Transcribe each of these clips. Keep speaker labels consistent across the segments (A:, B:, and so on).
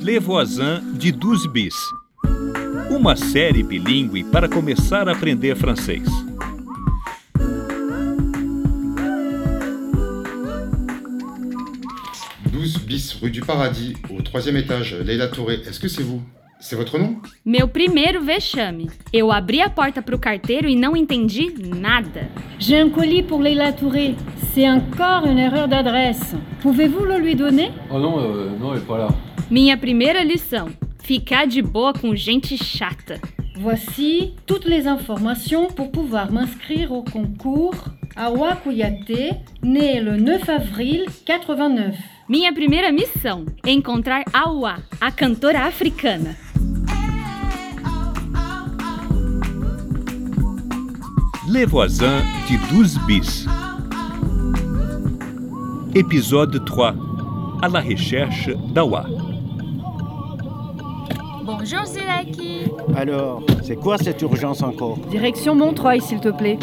A: Levoisin de Douze Bis. Uma série bilíngue para começar a aprender francês.
B: « 12 bis rue du Paradis, au troisième étage, Leila Touré, est-ce que c'est vous C'est votre nom
C: Meu primeiro vexame. Eu abri a porta pro carteiro e não entendi nada.
D: J'ai un colis pour Leila Touré. C'est encore une erreur d'adresse. Pouvez-vous le lui donner
E: Oh non, euh, non, elle est pas là.
C: Minha primeira lição: ficar de boa com gente chata.
D: Voici toutes les informations pour pouvoir m'inscrire au concours Awa Kouyaté, né le 9 avril 89.
C: Minha primeira missão: encontrar Awa, a cantora africana.
A: Levoisin de Douze Bis. Épisode 3. À la recherche d'Awa.
F: Bonjour Zilaki.
G: Alors, c'est quoi cette urgence encore
H: Direction Montreuil, s'il te plaît.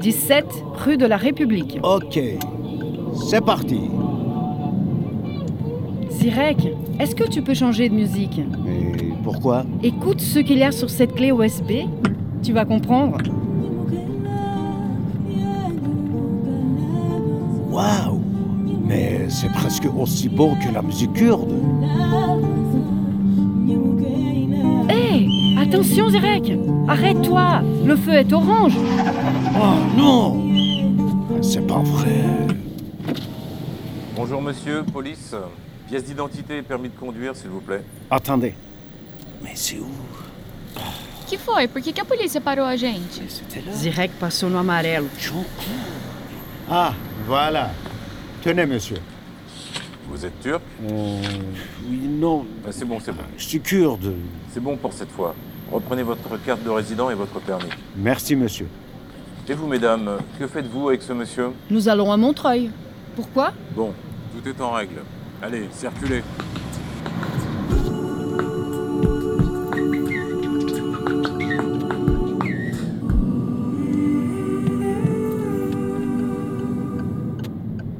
H: 17, rue de la République.
G: Ok, c'est parti.
H: Zirek, est-ce que tu peux changer de musique
G: Mais pourquoi
H: Écoute ce qu'il y a sur cette clé USB. Tu vas comprendre.
G: Waouh Mais c'est presque aussi beau que la musique kurde.
H: Hé Attention, Zirek Arrête-toi Le feu est orange
G: Oh non C'est pas vrai.
I: Bonjour monsieur, police. Pièce d'identité et permis de conduire, s'il vous plaît.
G: Attendez. Mais c'est où
F: Que foi? Por que, que a polícia parou a gente?
G: C'était là.
H: Zirek passou no amarelo.
G: Ah, voilà. Tenez, monsieur.
I: Vous êtes turc
G: Euh, oui, non,
I: Ah, C'est bon, c'est bon.
G: je suis kurde.
I: C'est bon pour cette fois. Reprenez votre carte de résident et votre permis.
G: Merci, monsieur.
I: Et vous, mesdames, que faites-vous avec ce monsieur
H: Nous allons à Montreuil. Pourquoi
I: Bon, tout est en règle. Allez, circulez.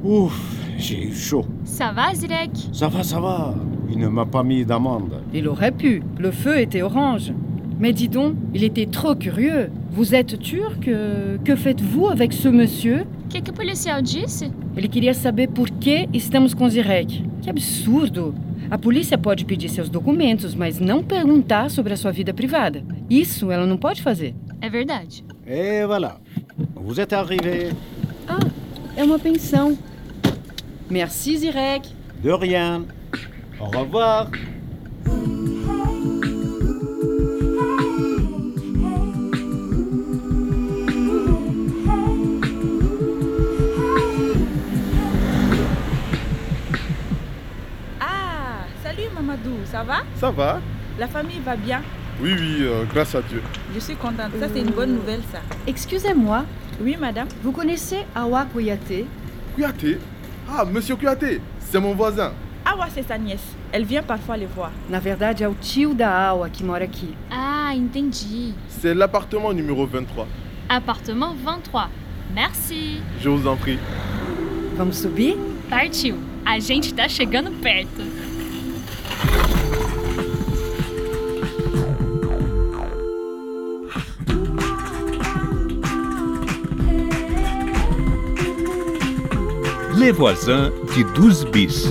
G: Ouf, j'ai eu chaud.
F: Ça va, Zirek?
G: Ça va, ça va. Il ne m'a pas mis d'amende.
H: Il aurait pu. Le feu était orange. Mais dis donc, il était trop curieux. Vous êtes turc euh, Que faites-vous avec ce monsieur
F: O que, que o policial disse?
H: Ele queria saber por que estamos com Zirek. Que absurdo! A polícia pode pedir seus documentos, mas não perguntar sobre a sua vida privada. Isso ela não pode fazer.
F: É verdade.
G: Et voilà. Vous êtes arrivé.
H: É uma pensão. Merci, Zirek.
G: De rien. Au revoir.
J: Ah, salut Mamadou, ça va
K: Ça va
J: La famille va bien
K: Oui, oui, euh, grâce à Dieu.
J: Je suis contente, ça c'est une bonne nouvelle ça.
H: Excusez-moi,
J: Oui madame
H: vous connaissez Awa Koyate
K: Kouyaté Ah, monsieur Kouyaté, c'est mon voisin.
J: Ah ouais, c'est sa nièce, elle vient parfois les voir.
H: Na verdade, é o tio da Awa que mora aqui.
F: Ah, entendi.
K: C'est l'appartement numéro 23.
F: Appartement 23. Merci.
K: Je vous en prie.
H: Vamos subir?
F: Partiu. A gente tá chegando perto.
A: Levoisin de Douze Bis.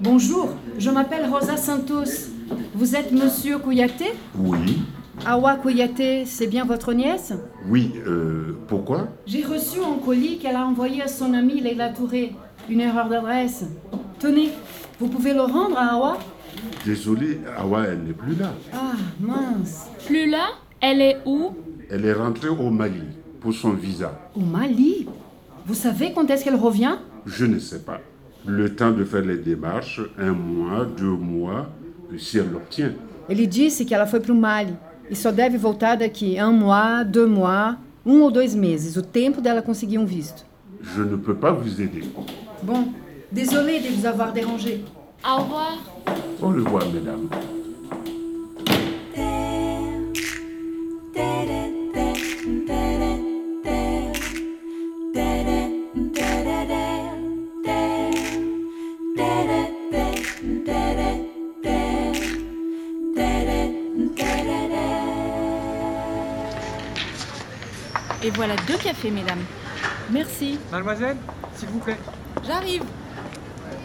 H: Bonjour, je m'appelle Rosa Santos. Vous êtes monsieur Kouyate
L: Oui,
H: Awa Kouyate, c'est bien votre nièce
L: oui, euh, pourquoi
H: J'ai reçu un colis qu'elle a envoyé à son amie Leila Touré. Une erreur d'adresse. Tenez, vous pouvez le rendre à Awa
L: Désolé, Awa, elle n'est plus là.
H: Ah, mince.
F: Lula, ela é o.
L: Elle est rentrée au Mali pour son visa.
H: Au Mali Vous savez quand est-ce qu'elle revient
L: Je ne sais pas. Le temps de faire les démarches, un mois, deux mois, si elle l'obtient.
H: Ele disse que ela foi para o Mali e só deve voltar daqui a um mois, dois mois, um ou dois meses, o tempo dela conseguir um visto.
L: Je ne peux pas vous aider.
H: Bom, désolé de vous avoir dérangé.
F: Au revoir.
L: Au revoir, mesdames.
M: voilà deux cafés, mesdames.
H: Merci.
N: Mademoiselle, s'il vous plaît.
M: J'arrive.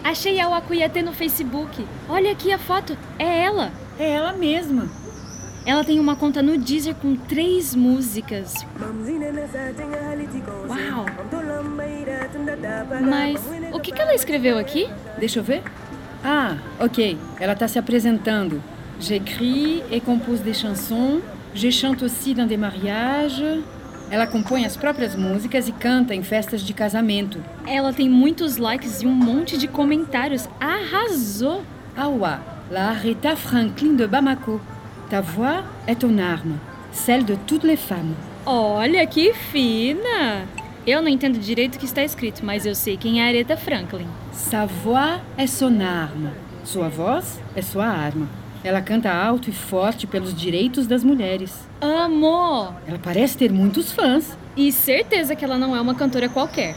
C: Achei a Wakuyate no Facebook. Olha aqui a foto. É ela.
M: É ela mesma.
C: Ela tem uma conta no Deezer com três músicas. Uau! Mas o que, que ela escreveu aqui?
H: Deixa eu ver. Ah, ok. Ela está se apresentando. J'écris et compose des chansons. Je chante aussi dans des mariages. Ela compõe as próprias músicas e canta em festas de casamento.
C: Ela tem muitos likes e um monte de comentários. Arrasou!
H: Awa, Ah, la Rita Franklin de Bamako. Ta voix est ton arme, celle de toutes les femmes.
C: Olha que fina! Eu não entendo direito o que está escrito, mas eu sei quem é a Aretha Franklin.
H: Sa voix est son arme. Sua voz é sua arma. Ela canta alto e forte pelos direitos das mulheres.
C: Amo!
H: Ela parece ter muitos fãs.
C: E certeza que ela não é uma cantora qualquer.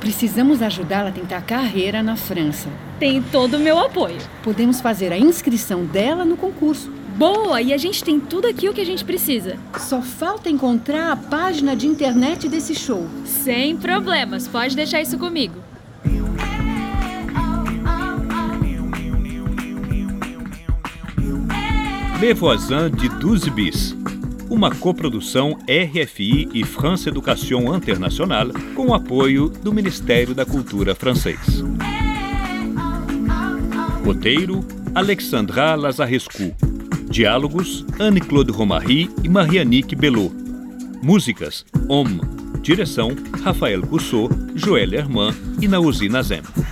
H: Precisamos ajudá-la a tentar carreira na França.
C: Tem todo o meu apoio.
H: Podemos fazer a inscrição dela no concurso.
C: Boa! E a gente tem tudo aqui o que a gente precisa.
H: Só falta encontrar a página de internet desse show.
C: Sem problemas, pode deixar isso comigo.
A: Les Voisins de 12 Bis, uma coprodução RFI e France Education Internacional com o apoio do Ministério da Cultura francês. Roteiro: Alexandra Lazarescu. Diálogos: Anne-Claude Romary e Marianique Belot. Músicas: Homme. Direção: Rafael Cousseau, Joël Herman e Nauzi Nazem.